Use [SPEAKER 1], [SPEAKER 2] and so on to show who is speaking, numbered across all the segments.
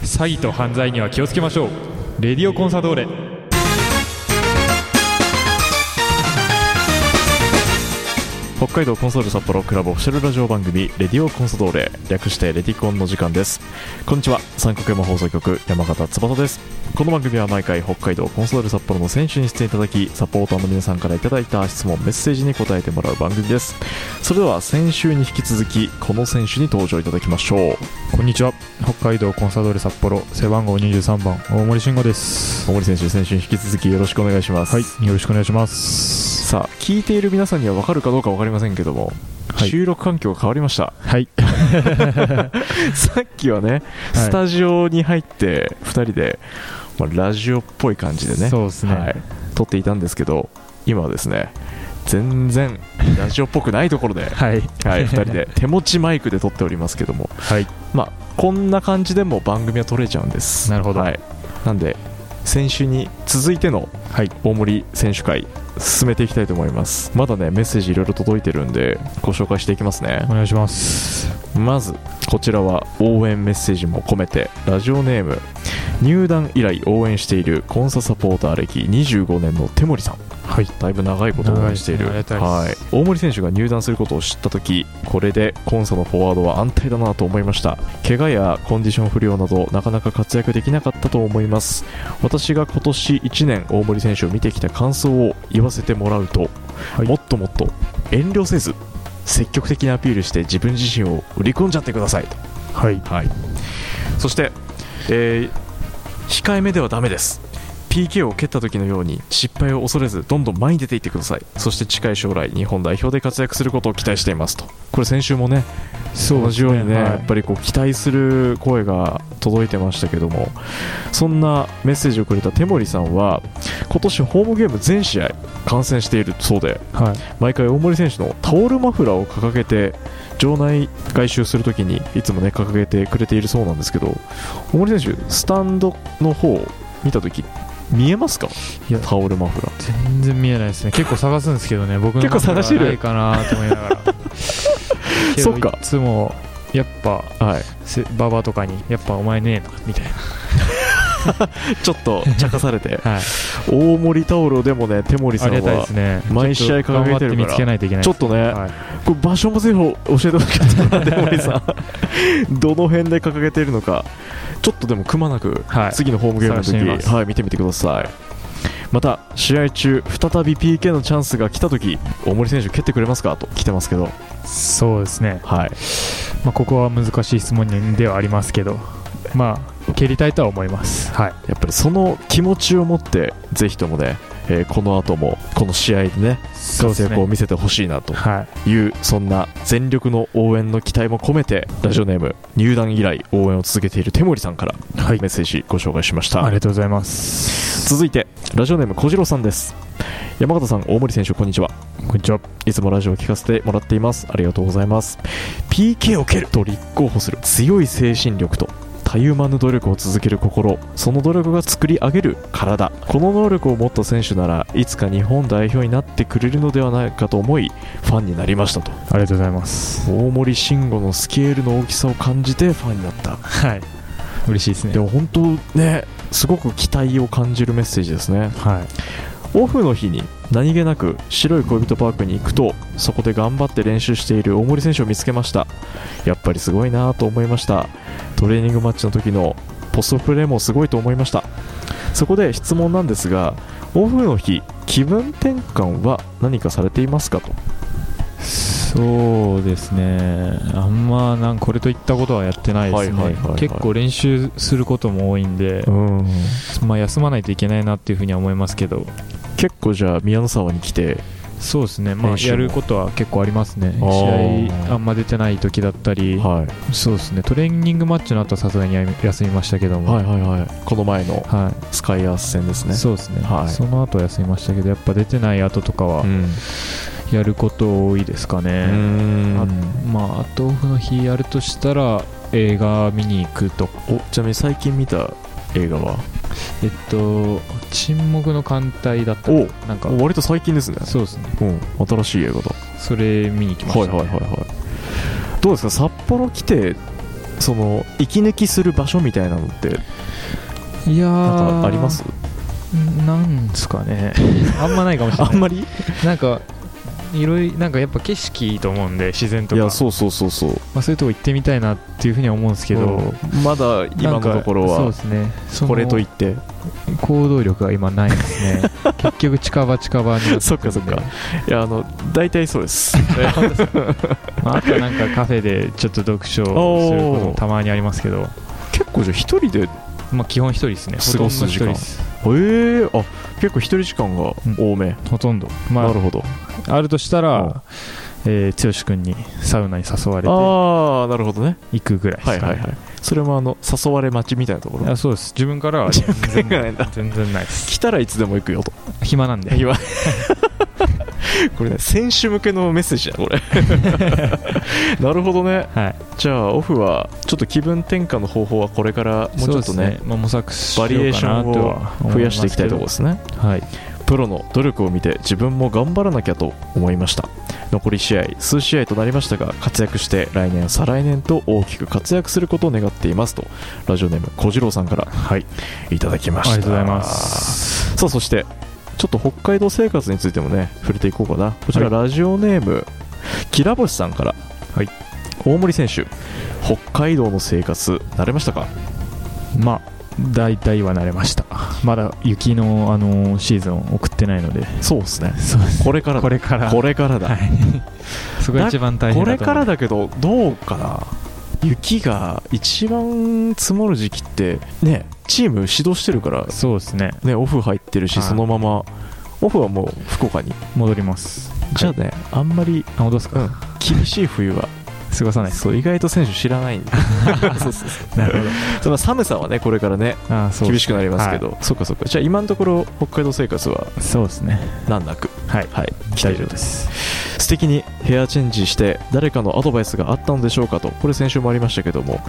[SPEAKER 1] 詐欺と犯罪には気をつけましょうレディオコンサドーレ
[SPEAKER 2] 北海道コンソール札幌クラブオフィシャルラジオ番組「レディオコンソドーレ」略して「レディコン」の時間ですこんにちは三角山放送局山形翼ですこの番組は毎回北海道コンソール札幌の選手に出演いただきサポーターの皆さんからいただいた質問メッセージに答えてもらう番組ですそれでは先週に引き続きこの選手に登場いただきましょう
[SPEAKER 1] こんにちは北海道コンサドーレ札幌背番号23番大森慎吾です
[SPEAKER 2] 小森選手先週に引き続きよろしくお願いします、
[SPEAKER 1] はいよろしくお願いします
[SPEAKER 2] さあ聞いている皆さんには分かるかどうか分かりませんけども、
[SPEAKER 1] はい
[SPEAKER 2] 収録環境が変わりま した
[SPEAKER 1] はい
[SPEAKER 2] さっきはね、スタジオに入って2人で、まあ、ラジオっぽい感じでね
[SPEAKER 1] そうですね、
[SPEAKER 2] はい、撮っていたんですけど今はですね全然ラジオっぽくないところで、
[SPEAKER 1] はい
[SPEAKER 2] はい、2人 で手持ちマイクで撮っておりますけども、
[SPEAKER 1] はい
[SPEAKER 2] まあ、こんな感じでも番組は撮れちゃうんです
[SPEAKER 1] なるほど
[SPEAKER 2] はい、なんで先週に続いての
[SPEAKER 1] はい
[SPEAKER 2] 大森選手会進めていきたいと思いますまだねメッセージいろいろ届いてるんでご紹介していきますね
[SPEAKER 1] お願いします
[SPEAKER 2] まずこちらは応援メッセージも込めてラジオネーム入団以来応援しているコンササポーター歴25年の手森さん
[SPEAKER 1] はい
[SPEAKER 2] だいぶ長いこと応援している
[SPEAKER 1] 長いですねありがたい
[SPEAKER 2] は
[SPEAKER 1] で
[SPEAKER 2] い、大森選手が入団することを知った時これでコンサのフォワードは安泰だなと思いました怪我やコンディション不良などなかなか活躍できなかったと思います私が今年1年大森選手を見てきた感想を言わせてもらうと、
[SPEAKER 1] はい
[SPEAKER 2] もっともっと遠慮せず積極的にアピールして自分自身を売り込んじゃってくださいと
[SPEAKER 1] はい
[SPEAKER 2] はい、そして、えー控えめではダメです PK を蹴った時のように失敗を恐れずどんどん前に出ていってくださいそして近い将来日本代表で活躍することを期待していますとこれ先週もね
[SPEAKER 1] そ
[SPEAKER 2] 同じようにね、
[SPEAKER 1] はい
[SPEAKER 2] やっぱりこう期待する声が届いてましたけどもそんなメッセージをくれた手森さんは今年ホームゲーム全試合観戦しているそうで
[SPEAKER 1] はい
[SPEAKER 2] 毎回大森選手のタオルマフラーを掲げて場内外周するときにいつもね掲げてくれているそうなんですけど大森選手スタンドの方を見たとき見えますか
[SPEAKER 1] いや
[SPEAKER 2] タオルマフラー
[SPEAKER 1] 全然見えないですね結構探すんですけどね僕の
[SPEAKER 2] 結構探してる
[SPEAKER 1] マフラーないかなと思いな がらけど
[SPEAKER 2] そっか
[SPEAKER 1] いつもやっぱ
[SPEAKER 2] はい、
[SPEAKER 1] せババとかにやっぱお前ねえなみたい
[SPEAKER 2] ちょっと茶化されて
[SPEAKER 1] な、はい、
[SPEAKER 2] 大森タオルをでもね手森
[SPEAKER 1] あ
[SPEAKER 2] さん
[SPEAKER 1] りがたいで
[SPEAKER 2] は
[SPEAKER 1] すね
[SPEAKER 2] 毎試合
[SPEAKER 1] ちょっと
[SPEAKER 2] 掲げて
[SPEAKER 1] 頑張って
[SPEAKER 2] るから
[SPEAKER 1] 見つけないといけない
[SPEAKER 2] ちょっとね、
[SPEAKER 1] はい
[SPEAKER 2] これ場所もぜひ教えてほしかっ たな手森さんどの辺で掲げているのかちょっとでもくまなく
[SPEAKER 1] はい
[SPEAKER 2] 次のホームゲームの
[SPEAKER 1] 探してみま
[SPEAKER 2] 時、
[SPEAKER 1] す
[SPEAKER 2] はい、見てみてくださいまた試合中再び PK のチャンスが来た時大森選手蹴ってくれますかと来てますけど、
[SPEAKER 1] そうですね、
[SPEAKER 2] はい、
[SPEAKER 1] まあ、ここは難しい質問ではありますけどまあ蹴りたいとは思いますはい
[SPEAKER 2] やっぱりその気持ちを持ってぜひともね、えーこの後もこの試合でね
[SPEAKER 1] そうで
[SPEAKER 2] 活
[SPEAKER 1] す
[SPEAKER 2] 躍を
[SPEAKER 1] ね
[SPEAKER 2] 見せてほしいなと
[SPEAKER 1] はい
[SPEAKER 2] いうそんな全力の応援の期待も込めてラジオネーム入団以来応援を続けている手森さんから
[SPEAKER 1] はい
[SPEAKER 2] メッセージご紹介しました、
[SPEAKER 1] ありがとうございます
[SPEAKER 2] 続いてラジオネーム小次郎さんです山形さん大森選手こんにちは
[SPEAKER 1] こんにちはい
[SPEAKER 2] つもラジオを聞かせてもらっていますありがとうございます PK を蹴ると立候補する強い精神力とたゆまぬ努力を続ける心その努力が作り上げる体この能力を持った選手ならいつか日本代表になってくれるのではないかと思いファンになりましたと
[SPEAKER 1] ありがとうございます
[SPEAKER 2] 大森慎吾のスケールの大きさを感じてファンになった
[SPEAKER 1] はい嬉しいですね
[SPEAKER 2] でも本当ねすごく期待を感じるメッセージですね
[SPEAKER 1] はい
[SPEAKER 2] オフの日に何気なく白い恋人パークに行くとそこで頑張って練習している大森選手を見つけましたやっぱりすごいなと思いましたトレーニングマッチの時のポストプレーもすごいと思いましたそこで質問なんですがオフの日気分転換は何かされていますかと
[SPEAKER 3] そうですね、あんまなんこれといったことはやってないですね、
[SPEAKER 2] はいはいはいはい
[SPEAKER 3] 結構練習することも多いんで、
[SPEAKER 2] ん
[SPEAKER 3] まあ、休まないといけないなっていうふうには思いますけど、
[SPEAKER 2] 結構じゃあ宮の沢に来て
[SPEAKER 3] そうですね、まあ、
[SPEAKER 2] 練習も
[SPEAKER 3] やることは結構ありますね、
[SPEAKER 2] あー
[SPEAKER 3] 試合あんま出てない時だったり、
[SPEAKER 2] は
[SPEAKER 3] そうですね、トレーニングマッチの後はさすがにやみ休みましたけど
[SPEAKER 2] い、
[SPEAKER 3] も、は
[SPEAKER 2] は
[SPEAKER 3] い
[SPEAKER 2] はいはいこの前のスカイアース戦ですね
[SPEAKER 3] そうですね、
[SPEAKER 2] はい
[SPEAKER 3] その後は休みましたけど、やっぱ出てない後とかは
[SPEAKER 2] ん
[SPEAKER 3] やること多いですか
[SPEAKER 2] う
[SPEAKER 3] ね。あ
[SPEAKER 2] ん
[SPEAKER 3] まあ、あとオフの日やるとしたら映画見に行くとか
[SPEAKER 2] おちなみに最近見た映画は
[SPEAKER 3] えっと沈黙の艦隊だった
[SPEAKER 2] お
[SPEAKER 3] かなんか
[SPEAKER 2] 割と最近ですね
[SPEAKER 3] そうですね
[SPEAKER 2] うん、新しい映画だ。
[SPEAKER 3] それ見に行きま
[SPEAKER 2] はい
[SPEAKER 3] した、
[SPEAKER 2] はいはいはい。どうですか、札幌来て、その息抜きする場所みたいなのって
[SPEAKER 1] いや
[SPEAKER 2] なんかあります
[SPEAKER 1] なんですかね あんまないかもしれ
[SPEAKER 2] あ
[SPEAKER 1] ない
[SPEAKER 2] んまり
[SPEAKER 1] なんかいろいろなんかやっぱ景色いいと思うんで自然と
[SPEAKER 2] い
[SPEAKER 1] か
[SPEAKER 2] やそうそうそうそう
[SPEAKER 1] まあ、そういうとこ行ってみたいなっていうふうには思うんですけど、
[SPEAKER 2] うんまだ今
[SPEAKER 1] な
[SPEAKER 2] の
[SPEAKER 1] んか
[SPEAKER 2] ところ
[SPEAKER 1] そうで
[SPEAKER 2] は
[SPEAKER 1] すねその
[SPEAKER 2] これといって
[SPEAKER 1] 行動力が今ないです ね結局近場近場になってるんで
[SPEAKER 2] そっかそっかいやあの大体そうです
[SPEAKER 1] まあ、あとなんかカフェでちょっと読書をすることもたまにありますけど、
[SPEAKER 2] 結構じゃあ一人で
[SPEAKER 1] まあ、基本一人ですね
[SPEAKER 2] 過ごす時
[SPEAKER 1] ほとんど一人
[SPEAKER 2] 間
[SPEAKER 1] です
[SPEAKER 2] えー、あ結構一人時間が多め、
[SPEAKER 1] ほとんどま
[SPEAKER 2] なるほど
[SPEAKER 1] ああるとしたら、えー、剛君にサウナに誘われて行
[SPEAKER 2] ああなるほどね
[SPEAKER 1] くぐらいで
[SPEAKER 2] は
[SPEAKER 1] す
[SPEAKER 2] い
[SPEAKER 1] か、ね
[SPEAKER 2] はいはいそれもあの誘われ待ちみたいなところ
[SPEAKER 1] あそうです自分 からは全然
[SPEAKER 2] からないんだ
[SPEAKER 1] 全然ないです
[SPEAKER 2] 来たらいつでも行くよと
[SPEAKER 1] 暇なんで
[SPEAKER 2] 今 これね選手向けのメッセージだこ れなるほどね
[SPEAKER 1] はい
[SPEAKER 2] じゃあオフはちょっと気分転換の方法はこれからもうちょっと
[SPEAKER 1] そうで
[SPEAKER 2] ね
[SPEAKER 1] すまあ、模索しよ
[SPEAKER 2] バ
[SPEAKER 1] うか
[SPEAKER 2] リエーショ
[SPEAKER 1] なとは
[SPEAKER 2] ンを増やしていきたいところですね
[SPEAKER 1] ろはい
[SPEAKER 2] プロの努力を見て自分も頑張らなきゃと思いました残り試合数試合となりましたが活躍して来年再来年と大きく活躍することを願っていますとラジオネーム小次郎さんから
[SPEAKER 1] はい
[SPEAKER 2] いただき
[SPEAKER 1] あ
[SPEAKER 2] まし
[SPEAKER 1] り
[SPEAKER 2] た
[SPEAKER 1] がとうございます
[SPEAKER 2] さあそしてちょっと北海道生活についてもね触れていこうかなこちらラジオネーム、きらぼしさんから、
[SPEAKER 1] はい
[SPEAKER 2] 大森選手北海道の生活慣れましたか
[SPEAKER 1] まあ大体は慣れましたまだ雪の、あのーシーズンを送ってないので
[SPEAKER 2] そうですね
[SPEAKER 1] そうです
[SPEAKER 2] これから
[SPEAKER 1] こ
[SPEAKER 2] だ
[SPEAKER 1] れから
[SPEAKER 2] これからだ、
[SPEAKER 1] はい、そこが一番大変
[SPEAKER 2] こ
[SPEAKER 1] だ
[SPEAKER 2] れ
[SPEAKER 1] と思
[SPEAKER 2] か
[SPEAKER 1] う
[SPEAKER 2] らだけどどうかな雪が一番積もる時期ってねチーム指導してるから
[SPEAKER 1] そうですね
[SPEAKER 2] ねオフ入ってるし
[SPEAKER 1] はい
[SPEAKER 2] そのままオフはもう福岡に
[SPEAKER 1] 戻ります
[SPEAKER 2] じゃあね、あんまり
[SPEAKER 1] あ戻すか、
[SPEAKER 2] うん厳しい冬は
[SPEAKER 1] 過ごさないです
[SPEAKER 2] そう意外と選手知ら ないんでそうそうそう
[SPEAKER 1] なるほ
[SPEAKER 2] その寒さはねこれからね
[SPEAKER 1] どあーそう
[SPEAKER 2] 厳しくなりますけど、そうかそうかじゃあ今のところ北海道生活は
[SPEAKER 1] そうですね
[SPEAKER 2] 難なく
[SPEAKER 1] はい
[SPEAKER 2] はい来て
[SPEAKER 1] 大
[SPEAKER 2] い
[SPEAKER 1] 丈
[SPEAKER 2] る
[SPEAKER 1] 夫です
[SPEAKER 2] 素敵にヘアチェンジして誰かのアドバイスがあったのでしょうかとこれ先週もありましたけども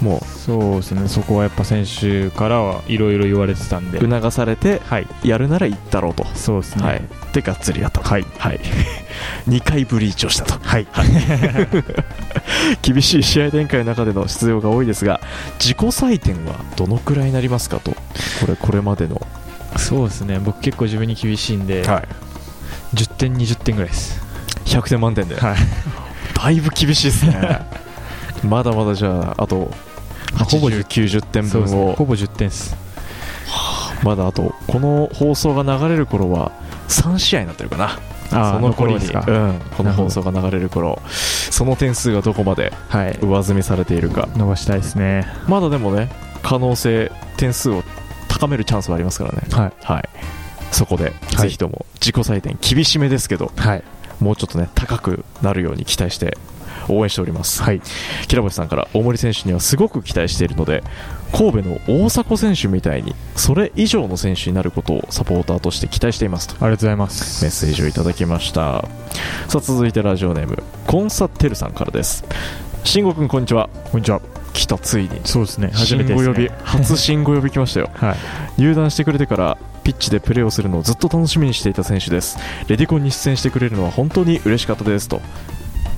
[SPEAKER 2] も
[SPEAKER 1] そうですねそこはやっぱ選手からはいろいろ言われてたん
[SPEAKER 2] う
[SPEAKER 1] で
[SPEAKER 2] 促されて
[SPEAKER 1] はい
[SPEAKER 2] やるなら行ったろうと、
[SPEAKER 1] そうですね
[SPEAKER 2] はいでがっつりやったと
[SPEAKER 1] はい
[SPEAKER 2] はい、2回ブリーチをしたと
[SPEAKER 1] はい、
[SPEAKER 2] 厳しい 試合展開の中での出場が多いですが自己採点はどのくらいになりますかとこれこれまでの、
[SPEAKER 1] そうですね僕結構自分に厳しいんで、10点20点ぐらいです
[SPEAKER 2] 100点満点で、
[SPEAKER 1] はい
[SPEAKER 2] だいぶ厳しいですね まだまだじゃああと
[SPEAKER 1] ほぼ
[SPEAKER 2] 8090点
[SPEAKER 1] そう
[SPEAKER 2] 分
[SPEAKER 1] ですね
[SPEAKER 2] を
[SPEAKER 1] ほぼ10点です
[SPEAKER 2] まだあとこの放送が流れる頃は3試合になってるかな
[SPEAKER 1] あー
[SPEAKER 2] その頃
[SPEAKER 1] 残りで
[SPEAKER 2] に、
[SPEAKER 1] す
[SPEAKER 2] う
[SPEAKER 1] か
[SPEAKER 2] ん、この放送が流れる頃その点数がどこまで
[SPEAKER 1] はい
[SPEAKER 2] 上積みされているか
[SPEAKER 1] 伸ばしたいですね
[SPEAKER 2] まだでもね可能性点数を高めるチャンスはありますからね
[SPEAKER 1] はい
[SPEAKER 2] はいそこで、
[SPEAKER 1] い
[SPEAKER 2] ぜひとも自己採点厳しめですけど
[SPEAKER 1] はい
[SPEAKER 2] もうちょっとね高くなるように期待して応援しております
[SPEAKER 1] はい
[SPEAKER 2] 平星さんから大森選手にはすごく期待しているので神戸の大迫選手みたいにそれ以上の選手になることをサポーターとして期待していますと
[SPEAKER 1] ありがとうございます
[SPEAKER 2] メッセージをいただきましたさあ続いてラジオネームコンサテルさんからです慎吾君こんにちは
[SPEAKER 1] こんにちは
[SPEAKER 2] 来たついに
[SPEAKER 1] そうですね初
[SPEAKER 2] 新
[SPEAKER 1] めてで
[SPEAKER 2] 吾
[SPEAKER 1] す、
[SPEAKER 2] 呼
[SPEAKER 1] ね、
[SPEAKER 2] び初新吾呼び来ましたよ
[SPEAKER 1] はい
[SPEAKER 2] 入団してくれてからピッチでプレーをするのをずっと楽しみにしていた選手ですレディコンに出演してくれるのは本当に嬉しかったですと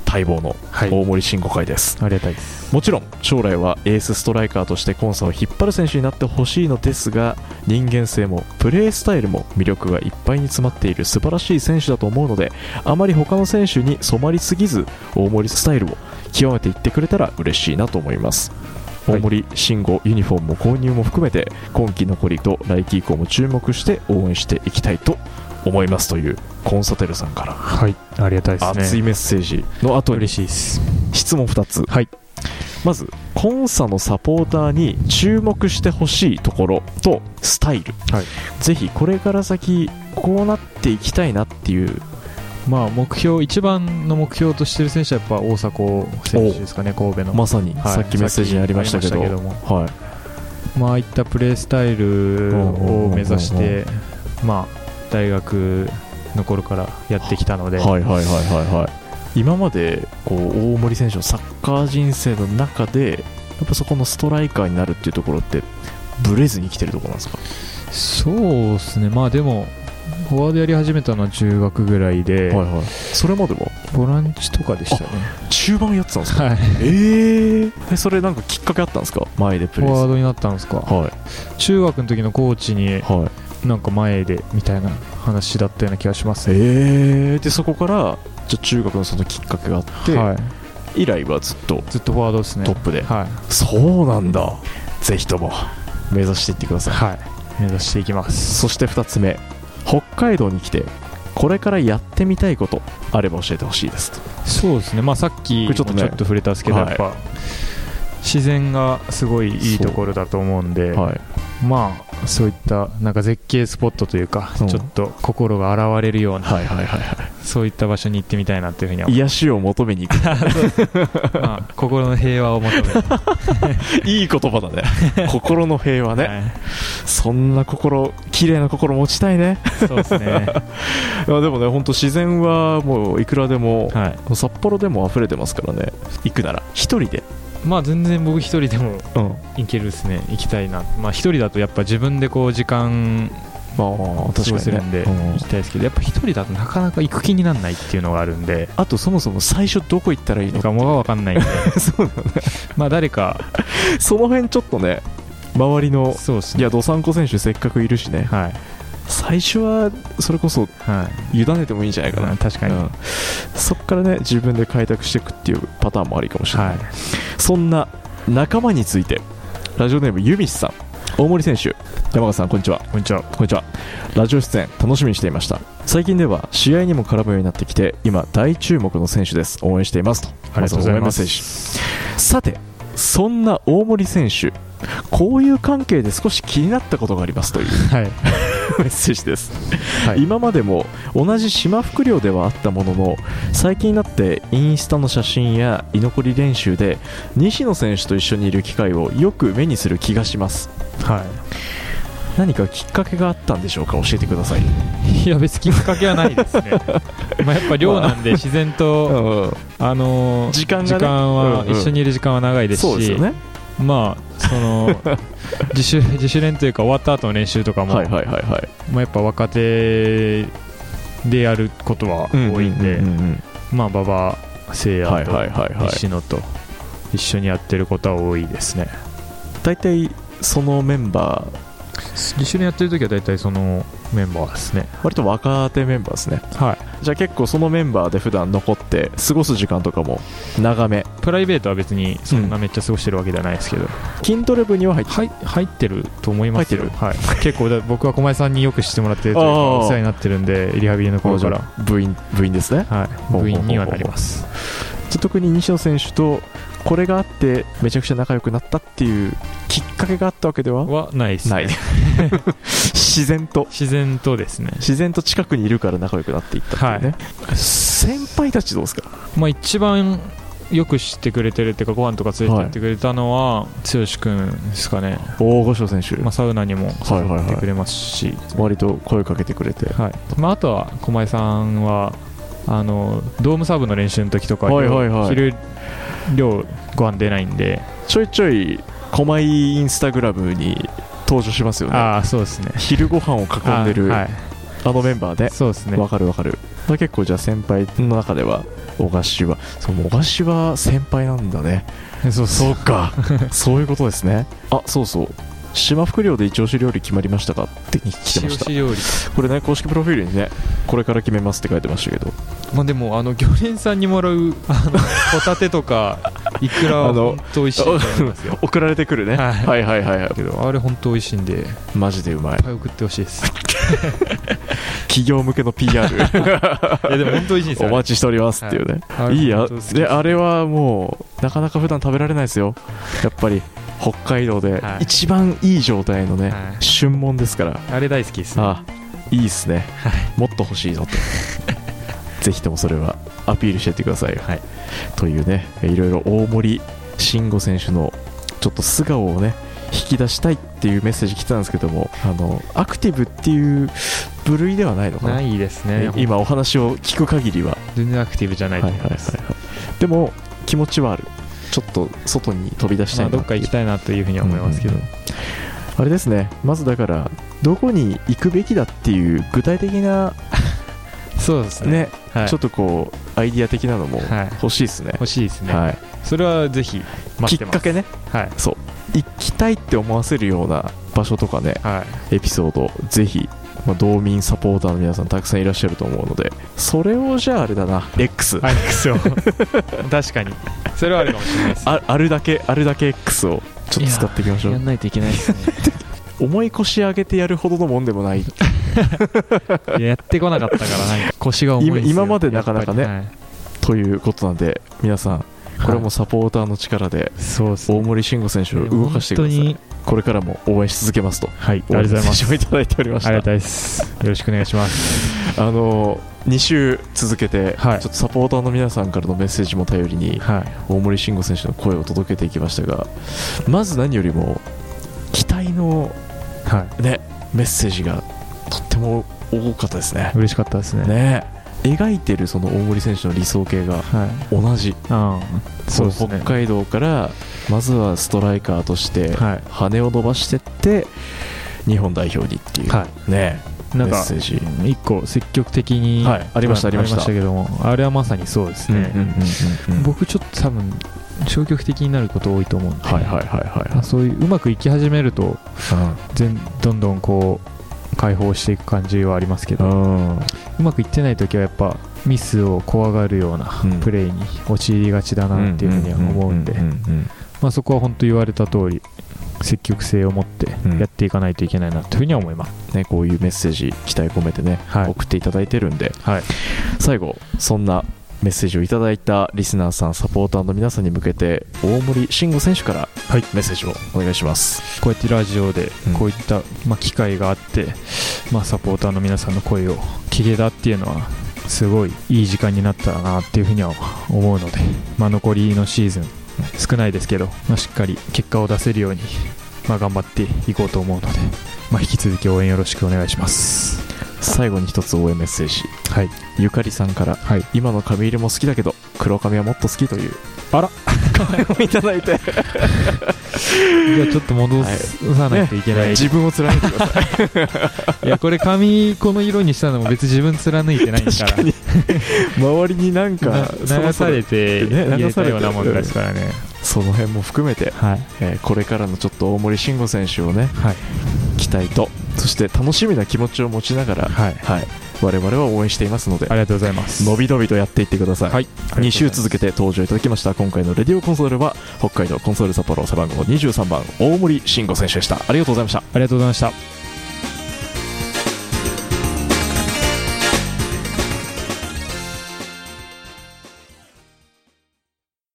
[SPEAKER 2] 待望の
[SPEAKER 1] はい
[SPEAKER 2] 大森慎吾会です、
[SPEAKER 1] ありがたいです
[SPEAKER 2] もちろん将来はエースストライカーとしてコンサを引っ張る選手になってほしいのですが人間性もプレースタイルも魅力がいっぱいに詰まっている素晴らしい選手だと思うのであまり他の選手に染まりすぎず大森スタイルを極めていってくれたら嬉しいなと思います
[SPEAKER 1] はい
[SPEAKER 2] 大森慎吾ユニフォーム購入も含めて今季残りと来季以降も注目して応援していきたいと思いますというコンサテルさんから
[SPEAKER 1] はいありがたいですね
[SPEAKER 2] 熱いメッセージの後に
[SPEAKER 1] 嬉しいです
[SPEAKER 2] 質問2つ
[SPEAKER 1] はい
[SPEAKER 2] まずコンサのサポーターに注目してほしいところとスタイル、
[SPEAKER 1] はい
[SPEAKER 2] ぜひこれから先こうなっていきたいなっていう
[SPEAKER 1] まあ目標一番の目標としてる選手はやっぱ大迫選手ですかね神戸の、
[SPEAKER 2] まさに
[SPEAKER 1] はい
[SPEAKER 2] さっきメッセージにありましたけど,、
[SPEAKER 1] さっ
[SPEAKER 2] は
[SPEAKER 1] き
[SPEAKER 2] い
[SPEAKER 1] ありましたけどもまあああいったプレースタイルを目指し
[SPEAKER 2] うんうんうん
[SPEAKER 1] てまあ大学の頃からやってきたので、
[SPEAKER 2] はいはいはいはいはい今までこう大森選手のサッカー人生の中でやっぱそこのストライカーになるっていうところってブレずに来てるところなんですか
[SPEAKER 1] そうですねまあでもフォワードやり始めたのは中学ぐらいで、
[SPEAKER 2] はいはいそれまでは
[SPEAKER 1] ボランチとかでしたね
[SPEAKER 2] 中盤やってたんですか
[SPEAKER 1] はい
[SPEAKER 2] えーえそれなんかきっかけあったんですか前でプ
[SPEAKER 1] フ
[SPEAKER 2] レ
[SPEAKER 1] ォ
[SPEAKER 2] ー
[SPEAKER 1] ワー
[SPEAKER 2] す
[SPEAKER 1] ドになったんですか
[SPEAKER 2] はい
[SPEAKER 1] 中学の時のコーチに
[SPEAKER 2] はい
[SPEAKER 1] なんか前でみたいな話だったような気がしますね
[SPEAKER 2] えー、でそこからじゃあ中学のそのきっかけがあって、
[SPEAKER 1] はい
[SPEAKER 2] 以来はずっと
[SPEAKER 1] ずっとフォワードですね
[SPEAKER 2] トップで、
[SPEAKER 1] は
[SPEAKER 2] そうなんだぜひとも目指していってくだ
[SPEAKER 1] い、
[SPEAKER 2] さい
[SPEAKER 1] はい、目指していきます
[SPEAKER 2] そして2つ目北海道に来てこれからやってみたいことあれば教えてほしいです
[SPEAKER 1] そうですね、まあ、さっき
[SPEAKER 2] こ
[SPEAKER 1] も
[SPEAKER 2] れち
[SPEAKER 1] ちょ
[SPEAKER 2] ょ
[SPEAKER 1] っ
[SPEAKER 2] っと
[SPEAKER 1] と
[SPEAKER 2] ね
[SPEAKER 1] 触れたんですけど、
[SPEAKER 2] はい
[SPEAKER 1] やっぱ自然がすごいいいところだと思うんで、
[SPEAKER 2] はい
[SPEAKER 1] まあそういったなんか絶景スポットというか、
[SPEAKER 2] うん
[SPEAKER 1] ちょっと心が洗われるような
[SPEAKER 2] はいはいはいは
[SPEAKER 1] そういった場所に行ってみたいなというふうにはい思
[SPEAKER 2] 癒しを求めに行く
[SPEAKER 1] う、 まあ、心の平和を求めて、
[SPEAKER 2] いい言葉だね 心の平 和ね、
[SPEAKER 1] はい
[SPEAKER 2] そんな心綺麗な心持ちたいね
[SPEAKER 1] そうですね、
[SPEAKER 2] いやでもね本当自然はもういくらでも、
[SPEAKER 1] はい、
[SPEAKER 2] 札幌でも溢れてますからね行くなら一人で
[SPEAKER 1] まあ全然僕一人でも
[SPEAKER 2] うん
[SPEAKER 1] 行けるですね行きたいなまあ一人だとやっぱ自分でこう時間
[SPEAKER 2] まあ
[SPEAKER 1] 過
[SPEAKER 2] 確
[SPEAKER 1] ご
[SPEAKER 2] か
[SPEAKER 1] せ
[SPEAKER 2] にね
[SPEAKER 1] るんで
[SPEAKER 2] うん
[SPEAKER 1] 行きたいですけどやっぱ一人だとなかなか行く気にならないっていうのがあるんで
[SPEAKER 2] あとそもそも最初どこ行ったらいい
[SPEAKER 1] な
[SPEAKER 2] の
[SPEAKER 1] ん
[SPEAKER 2] か
[SPEAKER 1] かもう分かんないんで
[SPEAKER 2] そう
[SPEAKER 1] まあ誰か
[SPEAKER 2] その辺ちょっとね周りの
[SPEAKER 1] そうです
[SPEAKER 2] い
[SPEAKER 1] ね
[SPEAKER 2] やどさんこ選手せっかくいるしね
[SPEAKER 1] はい
[SPEAKER 2] 最初はそれこそ
[SPEAKER 1] はい
[SPEAKER 2] 委ねてもいいんじゃないかな、
[SPEAKER 1] うん確かに、
[SPEAKER 2] うんそっからね自分で開拓していくっていうパターンもありかもしれな、
[SPEAKER 1] はいい
[SPEAKER 2] そんな仲間についてラジオネームゆみしさん大森選手山川さんこんにちは
[SPEAKER 1] こんにちは
[SPEAKER 2] こんにちはラジオ出演楽しみにしていました最近では試合にも絡むようになってきて今大注目の選手です応援していますと
[SPEAKER 1] ありがとうございます
[SPEAKER 2] ず大森選手さてそんな大森選手こういう関係で少し気になったことがありますという
[SPEAKER 1] はい
[SPEAKER 2] メッセージです、
[SPEAKER 1] はい
[SPEAKER 2] 今までも同じ島福寮ではあったものの最近になってインスタの写真や居残り練習で西野選手と一緒にいる機会をよく目にする気がします
[SPEAKER 1] は
[SPEAKER 2] 何かきっかけがあったんでしょうか教えてください、
[SPEAKER 1] いいや別にきっかけはないです ねまあやっぱ寮なんで自然と、あのー
[SPEAKER 2] 時間がね
[SPEAKER 1] 時間は、
[SPEAKER 2] うんうん
[SPEAKER 1] 一緒にいる時間は長いですし
[SPEAKER 2] そうですよね
[SPEAKER 1] まあその自主自主練というか終わった後の練習とかも、
[SPEAKER 2] はいはいはいはい
[SPEAKER 1] まあ、やっぱ若手でやることは多いんで、
[SPEAKER 2] ううんうん
[SPEAKER 1] まあ馬場聖
[SPEAKER 2] うんはい
[SPEAKER 1] 也と
[SPEAKER 2] はいはいはい
[SPEAKER 1] 西野と一緒にやってることは多いですね
[SPEAKER 2] 大体そのメンバー
[SPEAKER 1] 自主練やってる時は大体そのメンバーですね
[SPEAKER 2] 割と若手メンバーですね
[SPEAKER 1] はい
[SPEAKER 2] じゃあ結構そのメンバーで普段残って過ごす時間とかも長め
[SPEAKER 1] プライベートは別にそんなめっちゃ過ごしてるわけじゃないですけど、
[SPEAKER 2] 筋トレ部には入って
[SPEAKER 1] はい入ってると思いますよ
[SPEAKER 2] 入っ
[SPEAKER 1] はい、結構だ僕は小前さんによく知ってもらってるというか
[SPEAKER 2] ああ
[SPEAKER 1] お世話になってるんでリハビリの頃から
[SPEAKER 2] 部員部員ですね
[SPEAKER 1] はい
[SPEAKER 2] ほうほうほうほう
[SPEAKER 1] 部員にはなります
[SPEAKER 2] じゃあ特に西野選手とこれがあってめちゃくちゃ仲良くなったっていうきっかけがあったわけでは
[SPEAKER 1] はないです、ね、
[SPEAKER 2] ない 自然と
[SPEAKER 1] 自然とですね
[SPEAKER 2] 自然と近くにいるから仲良くなっていったっていうね、先輩たちどうですか
[SPEAKER 1] まあ、一番よく知ってくれてるっていうかご飯とか連れて行ってくれたのは、剛君ですかね、
[SPEAKER 2] 大御所選手、
[SPEAKER 1] まあ、サウナにも
[SPEAKER 2] はいはいはい
[SPEAKER 1] 誘ってくれますし、
[SPEAKER 2] 割と声かけてくれて
[SPEAKER 1] はいまあ、あとは駒井さんはあのドームサーブの練習の時とか、
[SPEAKER 2] はいはいはい
[SPEAKER 1] 昼量ご飯出ないんで、
[SPEAKER 2] ちょいちょい狛江インスタグラムに登場しますよね
[SPEAKER 1] ああそうですね
[SPEAKER 2] 昼ご飯を囲んでる
[SPEAKER 1] あ,、は
[SPEAKER 2] あ
[SPEAKER 1] い、
[SPEAKER 2] のメンバーで
[SPEAKER 1] そうですね
[SPEAKER 2] わかるわかるまあ結構じゃあ先輩の中では小柏はそう小柏は先輩なんだね
[SPEAKER 1] そうそう
[SPEAKER 2] そうか そういうことですねあそうそう島福寮で一押し料理決まりましたかって来てまし
[SPEAKER 1] 一押し料理
[SPEAKER 2] たこれね公式プロフィールにねこれから決めますって書いてましたけど
[SPEAKER 1] まあでもあの魚連さんにもらうあのホタテとかイクラ
[SPEAKER 2] あ
[SPEAKER 1] は
[SPEAKER 2] の
[SPEAKER 1] 本当美味しいと思いますよ
[SPEAKER 2] 送られてくるね
[SPEAKER 1] は
[SPEAKER 2] はいはいはいはい
[SPEAKER 1] けどあれ本当美味しいんでいっ
[SPEAKER 2] マジでうまい
[SPEAKER 1] ぱい送ってほしいです
[SPEAKER 2] 企業向け の PR
[SPEAKER 1] いやでも本当美味しいです
[SPEAKER 2] お
[SPEAKER 1] よ
[SPEAKER 2] 待ちしておりますっていうね、
[SPEAKER 1] あれ
[SPEAKER 2] い、いや
[SPEAKER 1] 本当好き
[SPEAKER 2] であれはもうなかなか普段食べられないですよやっぱり北海道で
[SPEAKER 1] はい
[SPEAKER 2] 一番いい状態のね、
[SPEAKER 1] はい
[SPEAKER 2] 旬もんですから
[SPEAKER 1] あれ大好きですね
[SPEAKER 2] あいいっすね、もっと欲し いぞとぜひともそれはアピールしてってくださいよ、
[SPEAKER 1] はい
[SPEAKER 2] というねいろいろ大森慎吾選手のちょっと素顔をね引き出したいっていうメッセージ来てたんですけどもあのアクティブっていう部類ではないのかな
[SPEAKER 1] ないですね今
[SPEAKER 2] 今お話を聞く限りは
[SPEAKER 1] 全然アクティブじゃないと
[SPEAKER 2] はい
[SPEAKER 1] 思
[SPEAKER 2] は
[SPEAKER 1] い
[SPEAKER 2] いは
[SPEAKER 1] ま
[SPEAKER 2] いは
[SPEAKER 1] す
[SPEAKER 2] いでも気持ちはあるちょっと外に飛び出し
[SPEAKER 1] ま
[SPEAKER 2] たい
[SPEAKER 1] あ
[SPEAKER 2] な
[SPEAKER 1] どっか行き
[SPEAKER 2] き
[SPEAKER 1] たいなというふうには思いますけど
[SPEAKER 2] あれですねまずだからどこに行くべきだっていう具体的な
[SPEAKER 1] そうですね
[SPEAKER 2] ね、
[SPEAKER 1] はい
[SPEAKER 2] ちょっとこうアイディア的なのも
[SPEAKER 1] はい
[SPEAKER 2] 欲しいですね、
[SPEAKER 1] 欲しいですね、
[SPEAKER 2] はい
[SPEAKER 1] それはぜひ
[SPEAKER 2] き
[SPEAKER 1] 待
[SPEAKER 2] っ
[SPEAKER 1] ってま
[SPEAKER 2] か
[SPEAKER 1] す
[SPEAKER 2] けね
[SPEAKER 1] はい
[SPEAKER 2] 行きたいって思わせるような場所とかね
[SPEAKER 1] はい
[SPEAKER 2] エピソードぜひ、まあ、道民サポーターの皆さんたくさんいらっしゃると思うのでそれをじゃああれだな X
[SPEAKER 1] アレック スを確かにそれはあるかもしれないです
[SPEAKER 2] ああるだけあるだけ X をちょっと使っていきましょ
[SPEAKER 4] や
[SPEAKER 2] うん
[SPEAKER 4] ないといけない ですね
[SPEAKER 2] 重い腰上げてやるほどのもんでもない
[SPEAKER 1] いややってこなかったからなんか
[SPEAKER 4] 腰が重いですよ
[SPEAKER 2] 今今までなかなかね
[SPEAKER 1] はい
[SPEAKER 2] ということなんで皆さんこれもサポーターの力で
[SPEAKER 1] そうですね
[SPEAKER 2] 大森慎吾選手を動かしてくださ
[SPEAKER 4] 本当
[SPEAKER 2] い
[SPEAKER 4] に
[SPEAKER 2] これからも応援し続けますと
[SPEAKER 1] はいありがとうございます
[SPEAKER 2] お話をいただいておりました
[SPEAKER 1] ありがたいですよろしくお願いします
[SPEAKER 2] あの2週続けて、
[SPEAKER 1] はい
[SPEAKER 2] ちょっとサポーターの皆さんからのメッセージも頼りに
[SPEAKER 1] はい
[SPEAKER 2] 大森慎吾選手の声を届けていきましたがまず何よりも期待の
[SPEAKER 1] は
[SPEAKER 2] ねメッセージがとっても多かったですね
[SPEAKER 1] い嬉しかったですね
[SPEAKER 2] ね描いてるその大森選手の理想形が
[SPEAKER 1] はい
[SPEAKER 2] 同じ
[SPEAKER 1] ああそうです
[SPEAKER 2] 北
[SPEAKER 1] ね
[SPEAKER 2] 海道からまずはストライカーとして
[SPEAKER 1] は
[SPEAKER 2] 羽を伸ばしてって日本代表にってい、
[SPEAKER 1] いうは
[SPEAKER 2] ね
[SPEAKER 1] いなん
[SPEAKER 2] メッ
[SPEAKER 1] か
[SPEAKER 2] セージ、
[SPEAKER 1] 一個積極的に、
[SPEAKER 2] はいありましたありました
[SPEAKER 1] あけどもあれはまさにそうですね、
[SPEAKER 2] 僕
[SPEAKER 1] 僕ちょっと多分消極的になること多いと思うんで、
[SPEAKER 2] はいはいはいはい
[SPEAKER 1] まあそういううまくいき始めると
[SPEAKER 2] は
[SPEAKER 1] 全どんどんこう解放していく感じはありますけ
[SPEAKER 2] い、う
[SPEAKER 1] ど
[SPEAKER 2] んうん
[SPEAKER 1] うまくいってない時はやっぱミスを怖がるような
[SPEAKER 2] うん
[SPEAKER 1] プレーに陥りがちだなっていうふうには思うんで
[SPEAKER 2] ううん
[SPEAKER 1] まあそこは本当言われた通り積極性を持って
[SPEAKER 2] うん
[SPEAKER 1] やっていかないといけないなというふうには思います、
[SPEAKER 2] ね、こういうメッセージ期待込めてね、
[SPEAKER 1] はい
[SPEAKER 2] 送っていただいてるんで、
[SPEAKER 1] はい
[SPEAKER 2] 最後そんなメッセージをいただいたリスナーさんサポーターの皆さんに向けて大森慎吾選手から
[SPEAKER 1] はい
[SPEAKER 2] メッセージをお願いします、
[SPEAKER 1] こうやってラジオで
[SPEAKER 2] うん
[SPEAKER 1] こういった、まあ、機会があって、まあ、サポーターの皆さんの声を聞けたっていうのはすごいいい時間になったなっていうふうには思うので、まあ、残りのシーズン少ないですけど、まあ、しっかり結果を出せるように、まあ、頑張っていこうと思うので、まあ、引き続き応援よろしくお願いします
[SPEAKER 2] 最後に一つ応援メッセージ
[SPEAKER 1] はい
[SPEAKER 2] ゆかりさんから
[SPEAKER 1] はい
[SPEAKER 2] 今の髪色も好きだけど黒髪はもっと好きという
[SPEAKER 1] あら
[SPEAKER 2] 声をいただいて
[SPEAKER 1] いやちょっと戻さないといけない、
[SPEAKER 2] 自分を貫いてください
[SPEAKER 1] いやこれ髪この色にしたのも別に自分貫いて ないから
[SPEAKER 2] 確かに周りになんかそ
[SPEAKER 1] な流
[SPEAKER 2] ろそ
[SPEAKER 1] さ
[SPEAKER 2] ろ
[SPEAKER 1] れて
[SPEAKER 2] ね流さ
[SPEAKER 1] 入れた
[SPEAKER 2] れて
[SPEAKER 1] ようなもんですからね、
[SPEAKER 2] その辺も含めて、
[SPEAKER 1] はい
[SPEAKER 2] えーこれからのちょっと大森慎吾選手をね
[SPEAKER 1] はい
[SPEAKER 2] 期待とそして楽しみな気持ちを持ちながら、
[SPEAKER 1] はい
[SPEAKER 2] はい、我々は応援していますので
[SPEAKER 1] ありがとうございます。
[SPEAKER 2] のびのびとやっていってください、
[SPEAKER 1] はい。
[SPEAKER 2] 2週続けて登場いただきました今回のレディオコンソールは北海道コンソール札幌背番号23番大森慎吾選手でしたありがとうございました
[SPEAKER 1] ありがとうございました。